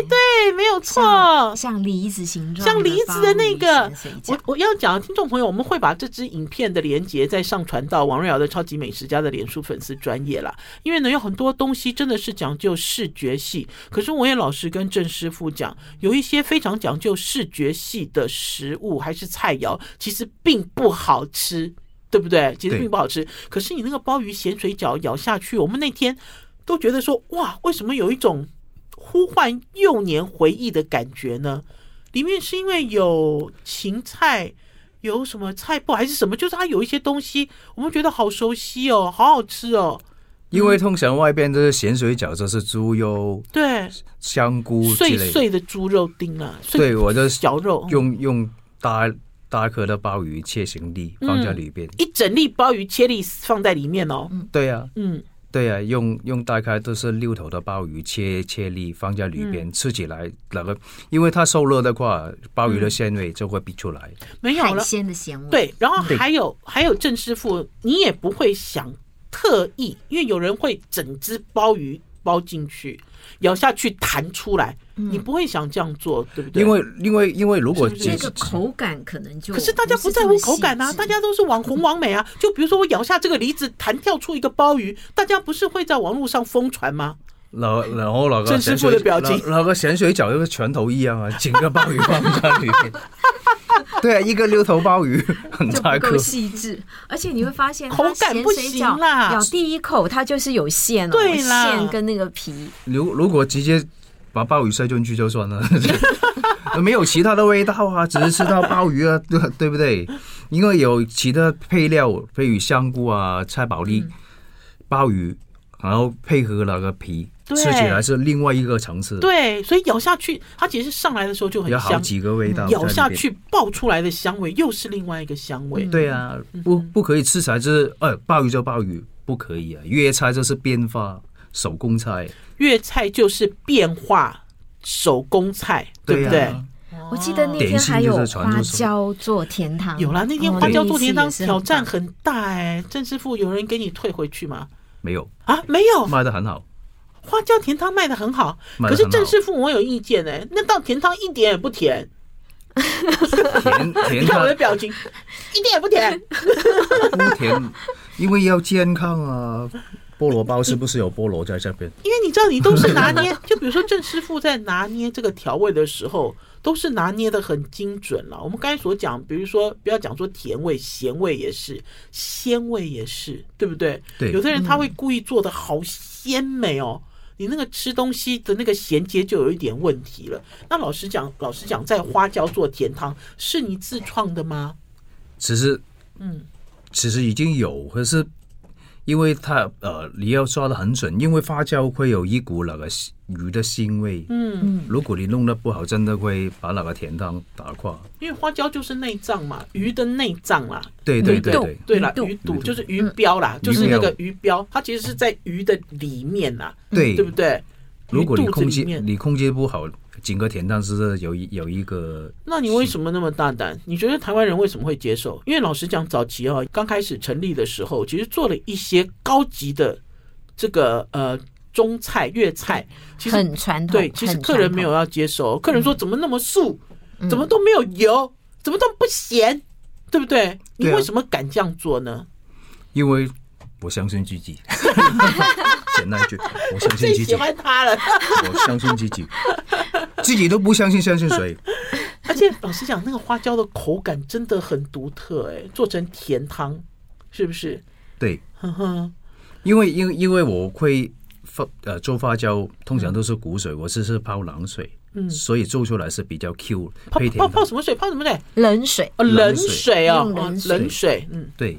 Speaker 1: 对，没有错，
Speaker 2: 像梨子形状，
Speaker 1: 像梨子的那个
Speaker 2: 咸水，饺
Speaker 1: 我我要讲听众朋友，我们会把这支影片的连接再上传到王瑞瑶的超级美食家的脸书粉丝专业啦。因为呢，有很多东西真的是讲究视觉系，可是我也老实跟郑师傅讲，有一些非常讲究视觉系的食物还是菜肴，其实并不好吃，对不对？其实
Speaker 3: 对
Speaker 1: 并不好吃。可是你那个鲍鱼咸水饺咬下去，我们那天都觉得说，哇，为什么有一种呼唤幼年回忆的感觉呢？里面是因为有芹菜，有什么菜脯还是什么，就是它有一些东西，我们觉得好熟悉哦，好好吃哦。
Speaker 3: 因为通常外边都是咸水饺，就是猪肉、
Speaker 1: 对，
Speaker 3: 香菇之
Speaker 1: 碎
Speaker 3: 类的。
Speaker 1: 碎的猪肉丁啊，碎
Speaker 3: 对，我就是
Speaker 1: 绞肉，
Speaker 3: 用用大大颗的鲍
Speaker 1: 嗯
Speaker 3: 鱼切成粒放在里边。
Speaker 1: 一整粒鲍鱼切粒放在里面哦。
Speaker 3: 对啊，
Speaker 1: 嗯，
Speaker 3: 对啊，用用大概都是六头的鲍鱼切切粒放在里
Speaker 1: 嗯
Speaker 3: 边，吃起来那个，因为它受热的话，鲍
Speaker 1: 嗯
Speaker 3: 鱼的鲜味就会逼出来。
Speaker 1: 没有
Speaker 2: 海
Speaker 1: 了。
Speaker 2: 鲜的咸味，，
Speaker 1: 对，然后
Speaker 3: 嗯对
Speaker 1: 还有还有郑师傅，你也不会想特意，因为有人会整只鲍鱼包进去，咬下去弹出来，你不会想这样做，对不对？
Speaker 3: 嗯因为因为因为如果
Speaker 1: 是不是
Speaker 3: 只
Speaker 2: 那个口感可能就
Speaker 1: 可是大家不
Speaker 2: 不
Speaker 1: 在乎口感啊，
Speaker 2: 啊，
Speaker 1: 大家都是网红网美啊。就比如说我咬下这个梨子，弹跳出一个鲍鱼，大家不是会在网络上疯传吗？
Speaker 3: 然后然后那个
Speaker 1: 郑师
Speaker 3: 咸
Speaker 1: 傅
Speaker 3: 水
Speaker 1: 的表情
Speaker 3: 那那个咸水饺就跟拳头一样啊，整个鲍鱼放在里 面。对啊，一个六头鲍鱼很
Speaker 2: 就
Speaker 3: 大
Speaker 2: 不
Speaker 3: 颗
Speaker 2: 够，细 致，而且你会发现它
Speaker 1: 口感不
Speaker 2: 咸水
Speaker 1: 行
Speaker 2: 饺
Speaker 1: 啦
Speaker 2: 咬第一口它就是有馅哦，
Speaker 1: 对啦
Speaker 2: 馅跟那个皮，
Speaker 3: 如如果直接把鲍鱼塞进去就算了， 没有其他的味道啊，只是吃到鲍鱼啊，对对不对？因为有其他配料，配如香菇啊、菜宝
Speaker 1: 嗯
Speaker 3: 粒、鲍鱼，然后配合那个皮，
Speaker 1: 对
Speaker 3: 吃起来是另外一个层次，
Speaker 1: 对，所以咬下去，它其实上来的时候就很
Speaker 3: 有好
Speaker 1: 香，
Speaker 3: 几个味道在里面
Speaker 1: 咬下。去爆出来的香味又是另外一个香味。
Speaker 3: 对啊，
Speaker 1: 嗯
Speaker 3: 不不可以吃才是，呃，鲍鱼就鲍鱼，不可以啊。粤菜就是变化手工菜，
Speaker 1: 粤菜就是变化手工菜，对不
Speaker 3: 啊
Speaker 1: 对？
Speaker 2: 我记得那
Speaker 3: 点
Speaker 2: 天
Speaker 3: 心
Speaker 2: 还
Speaker 3: 就
Speaker 2: 有
Speaker 3: 是传
Speaker 2: 花
Speaker 3: 说中
Speaker 2: 椒做甜汤，
Speaker 1: 哦有啦，那天
Speaker 2: 哦
Speaker 1: 花椒
Speaker 2: 那
Speaker 1: 做
Speaker 2: 一次
Speaker 1: 甜汤
Speaker 2: 也是很
Speaker 1: 挑战
Speaker 2: 棒
Speaker 1: 很大哎、郑师傅有人给你退回去吗？
Speaker 3: 没有
Speaker 1: 啊，没有，
Speaker 3: 卖的很好，
Speaker 1: 花椒甜汤卖的很好，
Speaker 3: 卖
Speaker 1: 可
Speaker 3: 得
Speaker 1: 是
Speaker 3: 很
Speaker 1: 郑
Speaker 3: 好
Speaker 1: 师傅我有意见哎、那道甜汤一点也不甜，
Speaker 3: 甜甜
Speaker 1: 你看我
Speaker 3: 它
Speaker 1: 的表情，一点也不甜。
Speaker 3: 不甜，因为要健康啊。菠萝包是不是有菠萝在这边？
Speaker 1: 因为你知道，你都是拿捏， 就比如说郑师傅在拿捏这个调味的时候，都是拿捏的很精准了。我们刚才所讲，比如说不要讲说甜味、咸味也是，鲜味也是，对不对？
Speaker 3: 对
Speaker 1: 有的人他会故意做的好鲜美哦。你那个吃东西的那个衔接就有一点问题了。那老实讲，老实讲，在花椒做甜汤是你自创的吗？
Speaker 3: 其实，
Speaker 1: 嗯，
Speaker 3: 其实已经有，可是因为它呃，你要抓的很准，因为花椒会有一股那个鱼的腥味。
Speaker 1: 嗯，
Speaker 3: 如果你弄得不好，真的会把那个甜汤打垮。
Speaker 1: 因为花椒就是内脏嘛，鱼的内脏啊啦，
Speaker 3: 对对对对，
Speaker 1: 对啦，
Speaker 2: 鱼肚
Speaker 1: 鱼肚
Speaker 3: 鱼肚嗯
Speaker 1: 就是鱼标啦，就是
Speaker 3: 鱼
Speaker 1: 那
Speaker 3: 标
Speaker 1: 个鱼标，它其实是在鱼的里面啦，
Speaker 3: 对
Speaker 1: 嗯对不对？
Speaker 3: 如果你
Speaker 1: 鱼肚子
Speaker 3: 控
Speaker 1: 里
Speaker 3: 制
Speaker 1: 面，
Speaker 3: 你控制不好，整个甜汤是有一有一个
Speaker 1: 那你为什么那么大胆？你觉得台湾人为什么会接受？因为老实讲，早期哦，刚开始成立的时候，其实做了一些高级的这个呃中菜、粤菜，其实
Speaker 2: 很传统，
Speaker 1: 对，其实
Speaker 2: 很
Speaker 1: 客人
Speaker 2: 传
Speaker 1: 没有
Speaker 2: 统嗯
Speaker 1: 要接受，客人说怎么那么素，怎么都没有油，怎么都不咸，对不对？你
Speaker 3: 对啊
Speaker 1: 为什么敢这样做呢？
Speaker 3: 因为我相信自己， 简单一句，我相信
Speaker 1: 最
Speaker 3: 自
Speaker 1: 喜
Speaker 3: 己，
Speaker 1: 欢它了。
Speaker 3: 我相信自己，自己都不相信，相信谁？
Speaker 1: 而且老实讲，那个花椒的口感真的很独特、哎，做成甜汤，是不是？
Speaker 3: 对，
Speaker 1: 哼哼，
Speaker 3: 因为因为因为我会发呃做花椒，通常都是骨水，我只是泡冷水，嗯，所以做出来是比较 Q
Speaker 1: 泡
Speaker 3: 配
Speaker 1: 泡
Speaker 3: 甜
Speaker 1: 泡
Speaker 3: 汤。
Speaker 1: 什么水？泡什么水？
Speaker 2: 冷水，
Speaker 1: 哦，冷
Speaker 3: 冷水
Speaker 1: 水哦，
Speaker 2: 用
Speaker 1: 哦
Speaker 2: 冷水
Speaker 1: 冷水，嗯，
Speaker 3: 对，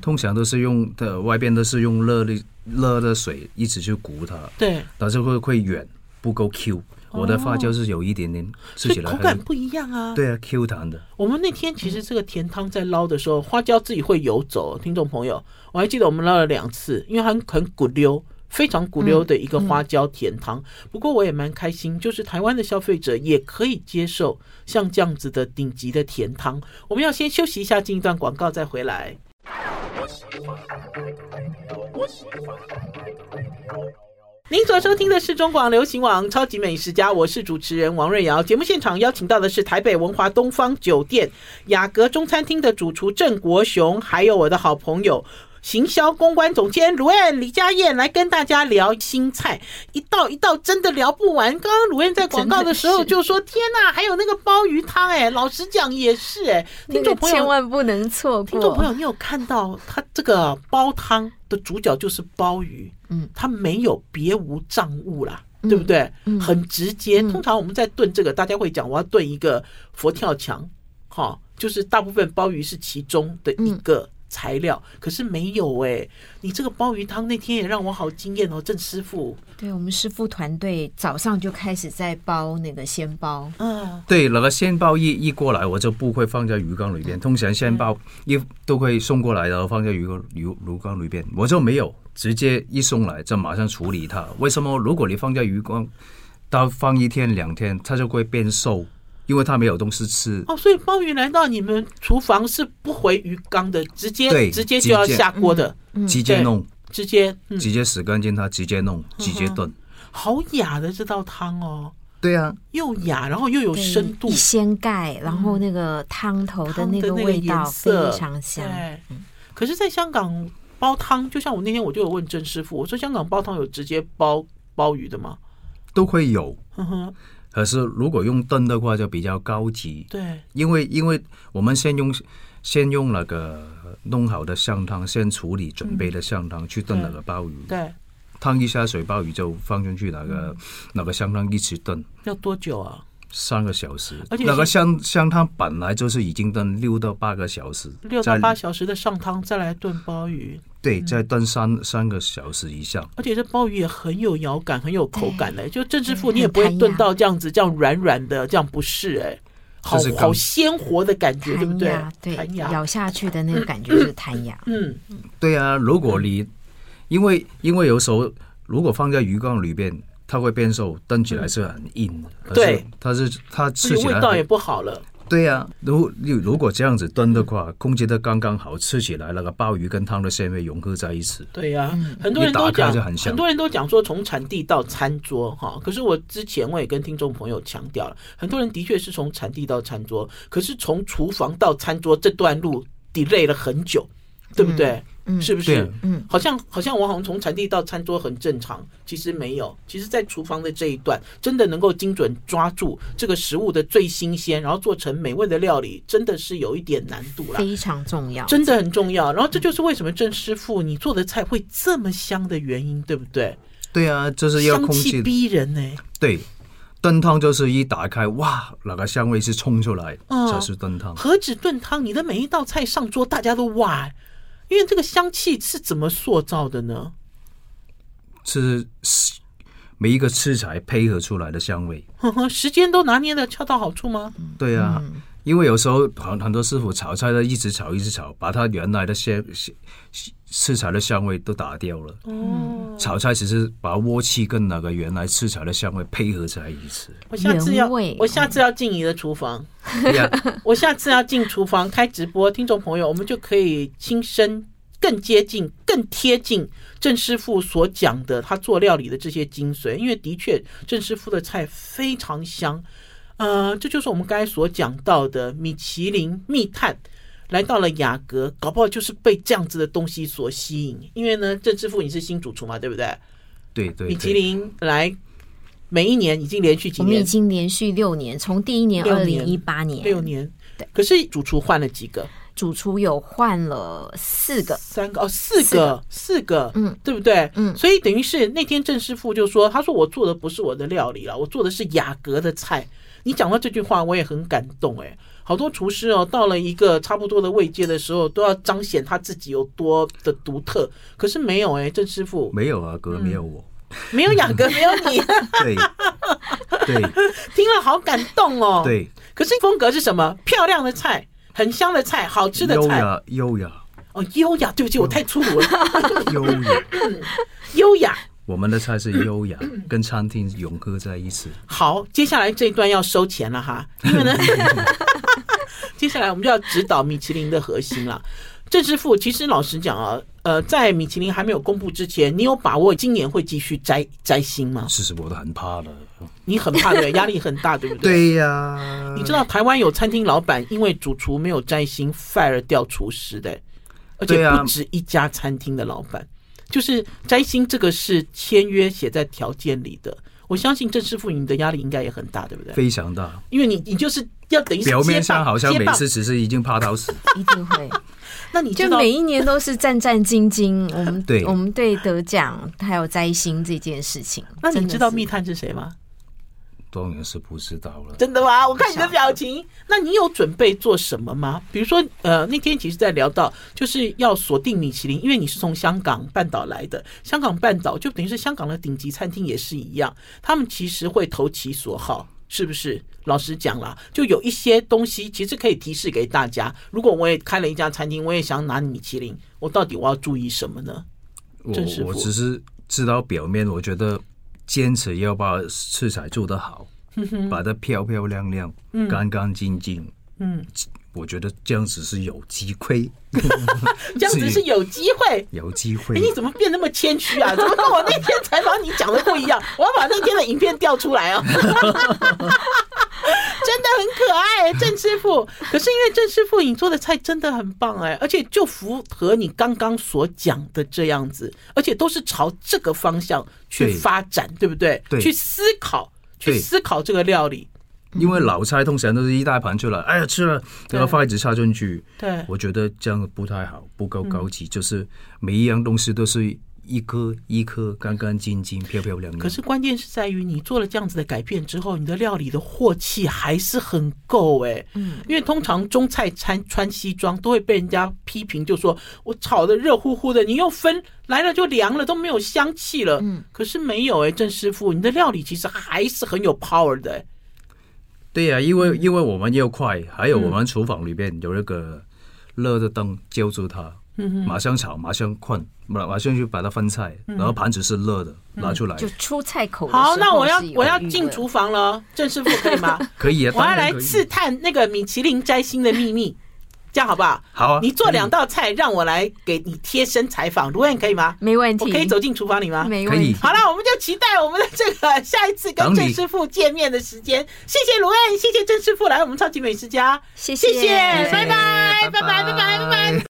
Speaker 3: 通常都是用的外边都是用热的热的水一直去鼓它，
Speaker 1: 对，
Speaker 3: 但是会会软不够 Q。我的花椒是有一点点吃
Speaker 1: 哦所以
Speaker 3: 起来
Speaker 1: 口
Speaker 3: 很
Speaker 1: 感不一样啊。
Speaker 3: 对啊 Q 弹的，
Speaker 1: 我们那天其实这个甜汤在捞的时候，花椒自己会游走，听众朋友，我还记得我们捞了两次，因为它很很骨溜。非常骨溜的一个花椒甜汤，不过我也蛮开心，就是台湾的消费者也可以接受像这样子的顶级的甜汤。我们要先休息一下，进一段广告再回来。您所收听的是中广流行网《超级美食家》，我是主持人王瑞瑶。节目现场邀请到的是台北文华东方酒店雅阁中餐厅的主厨郑国雄，还有我的好朋友。行销公关总监卢燕李佳燕来跟大家聊新菜，一道一道真的聊不完。刚刚卢燕在广告的时候
Speaker 2: 真的
Speaker 1: 就说：“天呐、还有那个鲍鱼汤，哎，老实讲也是哎、
Speaker 2: 那
Speaker 1: 听
Speaker 2: 个
Speaker 1: 众朋友
Speaker 2: 千万不能错过。
Speaker 1: 听众朋友，你有看到他这个煲汤的主角就是鲍鱼，
Speaker 2: 嗯，
Speaker 1: 他没有别无障物啦，对不对？
Speaker 2: 嗯
Speaker 1: 很直接。通常我们在炖这个，大家会讲我要炖一个佛跳墙，哈，就是大部分鲍鱼是其中的一个材料，
Speaker 2: 嗯
Speaker 1: 可是没有哎、你这个鲍鱼汤那天也让我好惊艳哦，郑师傅，
Speaker 2: 对我们师傅团队早上就开始在包那个鲜包，
Speaker 1: 嗯，
Speaker 3: 对，那个鲜鲍一一过来，我就不会放在鱼缸里边。通常鲜鲍一都会送过来，然后放在鱼缸鱼鱼缸里边，我就没有直接一送来就马上处理它。为什么？如果你放在鱼缸，它放一天两天，它就会变
Speaker 1: 嗯
Speaker 3: 瘦，因为它没有东西吃。
Speaker 1: 哦，所以鲍鱼来到你们厨房是不回鱼缸的，直接
Speaker 3: 对
Speaker 1: 直接就要
Speaker 3: 直接
Speaker 1: 下锅
Speaker 2: 嗯
Speaker 1: 的，
Speaker 3: 直接弄，
Speaker 1: 直接，嗯，
Speaker 3: 直接洗干净它，直接弄，直接炖。
Speaker 1: 好雅的这道汤哦，
Speaker 3: 对啊，
Speaker 1: 又雅，然后又有
Speaker 2: 对
Speaker 1: 深度
Speaker 2: 一，掀盖，然后那个汤头的
Speaker 1: 汤
Speaker 2: 那
Speaker 1: 的
Speaker 2: 个
Speaker 1: 那个
Speaker 2: 味
Speaker 1: 颜
Speaker 2: 道非
Speaker 1: 色
Speaker 2: 常香。
Speaker 1: 对，可是，在香港煲汤，就像我那天我就有问郑师傅，我说香港煲汤有直接煲鲍鱼的吗？
Speaker 3: 都会有。
Speaker 1: 哼哼，
Speaker 3: 可是如果用炖的话，就比较高级。
Speaker 1: 对，
Speaker 3: 因为因为我们先用先用那个弄好的香汤，先处理准备的香汤、去炖那个鲍鱼，
Speaker 1: 对，
Speaker 3: 烫一下水，鲍鱼就放进去那
Speaker 1: 嗯
Speaker 3: 个、那个香汤一起炖
Speaker 1: 要多久啊？
Speaker 3: 三个小时
Speaker 1: 而且。
Speaker 3: 那个
Speaker 1: 是
Speaker 3: 香香汤本来就是已经炖六到八个小时，
Speaker 1: 六到
Speaker 3: 再
Speaker 1: 八小时的上汤，再来炖鲍鱼，
Speaker 3: 对，再炖三三个小时以上。
Speaker 1: 而且这鲍鱼也很有咬感，很有口感嘞。就郑师傅，
Speaker 2: 嗯
Speaker 1: 你也
Speaker 2: 很
Speaker 1: 不会
Speaker 2: 弹
Speaker 1: 炖
Speaker 2: 牙
Speaker 1: 到这样子，这样软软的，这样不是哎、好
Speaker 3: 就是刚
Speaker 1: 好鲜活的感觉，对不
Speaker 2: 弹
Speaker 1: 对
Speaker 2: 牙，？对
Speaker 1: 弹，牙，
Speaker 2: 咬下去的那个感觉是弹牙。
Speaker 1: 嗯，
Speaker 3: 对啊，如果你因为因为有时候如果放在鱼缸里边，它会变瘦，炖起来是很硬的。可是
Speaker 1: 嗯对，
Speaker 3: 它是它
Speaker 1: 而
Speaker 3: 吃
Speaker 1: 且
Speaker 3: 起
Speaker 1: 味
Speaker 3: 来
Speaker 1: 道
Speaker 3: 很
Speaker 1: 也不好了，
Speaker 3: 对呀、如如如果这样子炖的话，控制的刚刚好，吃起来那个鲍鱼跟汤的鲜味融合在一起。
Speaker 1: 对呀、
Speaker 2: 嗯
Speaker 1: 很多人都
Speaker 3: 一打
Speaker 1: 讲
Speaker 3: 开就很，香
Speaker 1: 很多人都讲说从产地到餐桌哈。可是我之前我也跟听众朋友强调了，很多人的确是从产地到餐桌，可是从厨房到餐桌这段路 delay 了很久，对不对？
Speaker 2: 嗯
Speaker 1: 是不
Speaker 3: 对
Speaker 1: 是
Speaker 3: 啊？
Speaker 2: 嗯，
Speaker 1: 好像好像我好像从产地到餐桌很正常，其实没有。其实，在厨房的这一段，真的能够精准抓住这个食物的最新鲜，然后做成美味的料理，真的是有一点难度啦。
Speaker 2: 非常重要。
Speaker 1: 真的很重要。然后这就是为什么郑师傅你做的菜会这么香的原因，对不对？
Speaker 3: 对啊，就是要
Speaker 1: 香
Speaker 3: 控
Speaker 1: 气
Speaker 3: 制。
Speaker 1: 逼人呢、
Speaker 3: 对，炖汤就是一打开，哇，那个香味是冲出来，
Speaker 1: 嗯
Speaker 3: 才是炖汤。
Speaker 1: 何止炖汤，你的每一道菜上桌，大家都哇，因为这个香气是怎么塑造的呢？
Speaker 3: 是每一个食材配合出来的香味。
Speaker 1: 呵呵，时间都拿捏的恰到好处吗？
Speaker 3: 对啊，因为有时候很很多师傅炒菜，他一直炒一直炒，把它原来的鲜鲜食材的香味都打掉了。
Speaker 2: 嗯
Speaker 1: 哦，
Speaker 3: 炒菜只是把锅气跟那个原来食材的香味配合在一 起。
Speaker 1: 我下次要
Speaker 2: 原味
Speaker 1: 我下次要进你的厨房，
Speaker 3: 对啊
Speaker 1: 我下次要进厨房开直播，听众朋友，我们就可以亲身。更接近、更贴近郑师傅所讲的他做料理的这些精髓，因为的确郑师傅的菜非常香，呃，这就是我们刚才所讲到的米其林密探。来到了雅阁，搞不好就是被这样子的东西所吸引。因为呢，郑师傅你是新主厨嘛，对不对？
Speaker 3: 对对，
Speaker 1: 米其
Speaker 3: 对
Speaker 1: 林来每一年已经连续几
Speaker 2: 我们已
Speaker 1: 年，
Speaker 2: 经连续六年，从第一年
Speaker 1: 六
Speaker 2: 二
Speaker 1: 年
Speaker 2: 零一八年，
Speaker 1: 六年
Speaker 2: 对。
Speaker 1: 可是主厨换了几个？
Speaker 2: 主厨有换了 四个，
Speaker 1: 三个哦，四
Speaker 2: 四
Speaker 1: 个
Speaker 2: 个，
Speaker 1: 四个，
Speaker 2: 嗯，
Speaker 1: 对不对？
Speaker 2: 嗯
Speaker 1: 所以等于是那天郑师傅就说，他说我做的不是我的料理啊了，我做的是雅阁的菜。你讲到这句话，我也很感动哎、好多厨师哦，到了一个差不多的位阶的时候，都要彰显他自己有多的独特，可是没有哎、郑师傅
Speaker 3: 没有啊，哥没有我。
Speaker 1: 没有雅阁，没有你，
Speaker 3: 对对
Speaker 1: 听了好感动哦。，
Speaker 3: 对，
Speaker 1: 可是风格是什么？漂亮的菜，很香的菜，好吃的
Speaker 3: 优
Speaker 1: 菜
Speaker 3: 雅优雅
Speaker 1: 哦，优雅。对不起，我太粗鲁了，
Speaker 3: 优雅，
Speaker 1: 优雅。
Speaker 3: 我们的菜是 优雅，跟餐厅融合在一起。
Speaker 1: 好，接下来这一段要收钱了哈，因为呢，接下来我们就要指导米其林的核心了。郑师傅，其实老实讲啊，呃，在米其林还没有公布之前，你有把握今年会继续摘摘星吗？
Speaker 3: 其实我都很怕的。
Speaker 1: 你很怕对，压力很大，对不对？
Speaker 3: 对呀、
Speaker 1: 你知道台湾有餐厅老板因为主厨没有摘星 fire 掉厨师的，而且
Speaker 3: 对啊
Speaker 1: 不止一家餐厅的老板，就是摘星这个是签约写在条件里的。我相信郑师傅，你的压力应该也很大，对不对？
Speaker 3: 非常大。
Speaker 1: 因为你你就是要等于是
Speaker 3: 表面
Speaker 1: 接棒
Speaker 3: 上好像
Speaker 1: 接
Speaker 3: 每
Speaker 1: 棒
Speaker 3: 次只是已经怕到死，
Speaker 2: 一定会。
Speaker 1: 那你
Speaker 2: 就
Speaker 1: 知道
Speaker 2: 每一年都是战战兢兢。我 们
Speaker 3: 对
Speaker 2: 我们对得奖还有摘星这件事情，
Speaker 1: 那你
Speaker 2: 真的
Speaker 1: 知道
Speaker 2: 是
Speaker 1: 密探是谁吗？
Speaker 3: 当然是不知道 了。
Speaker 1: 真的吗？我看你的表情，那你有准备做什么吗？比如说，呃，那天其实在聊到就是要锁定米其林，因为你是从香港半岛来的，香港半岛就等于是香港的顶级餐厅也是一样，他们其实会投其所好。是不是？老实讲啦，就有一些东西其实可以提示给大家。如果我也开了一家餐厅，我也想拿米其林，我到底我要注意什么呢？
Speaker 3: 我
Speaker 1: 郑师傅
Speaker 3: 我只是知道表面，我觉得坚持要把食材做得好，把它漂漂亮亮、干干净净。
Speaker 1: 嗯，
Speaker 3: 我觉得这样子是有机会，
Speaker 1: 这样子是有机会。
Speaker 3: 有机
Speaker 1: 哎
Speaker 3: 会。
Speaker 1: 你怎么变那么谦虚啊？ 怎么跟我那天采访你讲的不一样？ 我要把那天的影片调出来哦。 真的很可爱，郑师傅。可是因为郑师傅你做的菜真的很棒哎，而且就符合你刚刚所讲的这样子，而且都是朝这个方向去
Speaker 3: 对
Speaker 1: 发展，对不对？
Speaker 3: 对
Speaker 1: 去思考，去
Speaker 3: 对
Speaker 1: 思考这个料理。
Speaker 3: 因
Speaker 1: 嗯
Speaker 3: 为老菜通常都是一大盘出来，哎呀吃了，然后筷子插进去。
Speaker 1: 对，嗯
Speaker 3: 我觉得这样不太好，不够高级。就是每一样东西都是一颗一颗干干净净、漂漂亮亮。
Speaker 1: 可是关键是在于你做了这样子的改变之后，你的料理的镬气还是很够哎、嗯，因为通常中菜餐穿西装都会被人家批评，就说我炒的热乎乎的，你又分来了就凉了，都没有香气了。嗯，可是没有哎、郑师傅，你的料理其实还是很有 power 的、哎
Speaker 3: 对呀、因
Speaker 1: 嗯
Speaker 3: 为因为我们要快，还有我们厨房里面有那个热的灯浇住它，
Speaker 1: 嗯
Speaker 3: 马上炒，马上困，马马上就把它分菜，
Speaker 1: 嗯
Speaker 3: 然后盘子是热的，拿出来
Speaker 2: 就出菜口的时候
Speaker 1: 好，那我要
Speaker 2: 是有
Speaker 1: 我要
Speaker 2: 余
Speaker 1: 进
Speaker 2: 的
Speaker 1: 厨房了，郑师傅可以吗？
Speaker 3: 可以啊。
Speaker 1: 我要
Speaker 3: 当然
Speaker 1: 来
Speaker 3: 可以
Speaker 1: 刺，探那个米其林摘星的秘密，这样好不好？
Speaker 3: 好啊，
Speaker 1: 你做两
Speaker 3: 道
Speaker 1: 道菜，让我来给你贴身采访，卢燕可以吗？
Speaker 2: 没问题，
Speaker 1: 我可以走进厨房里吗？
Speaker 2: 没问题
Speaker 3: 可以。
Speaker 1: 好了，我们就期待我们的这个下一次跟
Speaker 3: 等你
Speaker 1: 郑师傅见面的时间。谢谢卢燕，谢谢郑师傅来我们超级美食家，
Speaker 2: 谢
Speaker 1: 谢谢，
Speaker 2: 谢
Speaker 1: 拜拜，拜拜，拜拜，拜拜。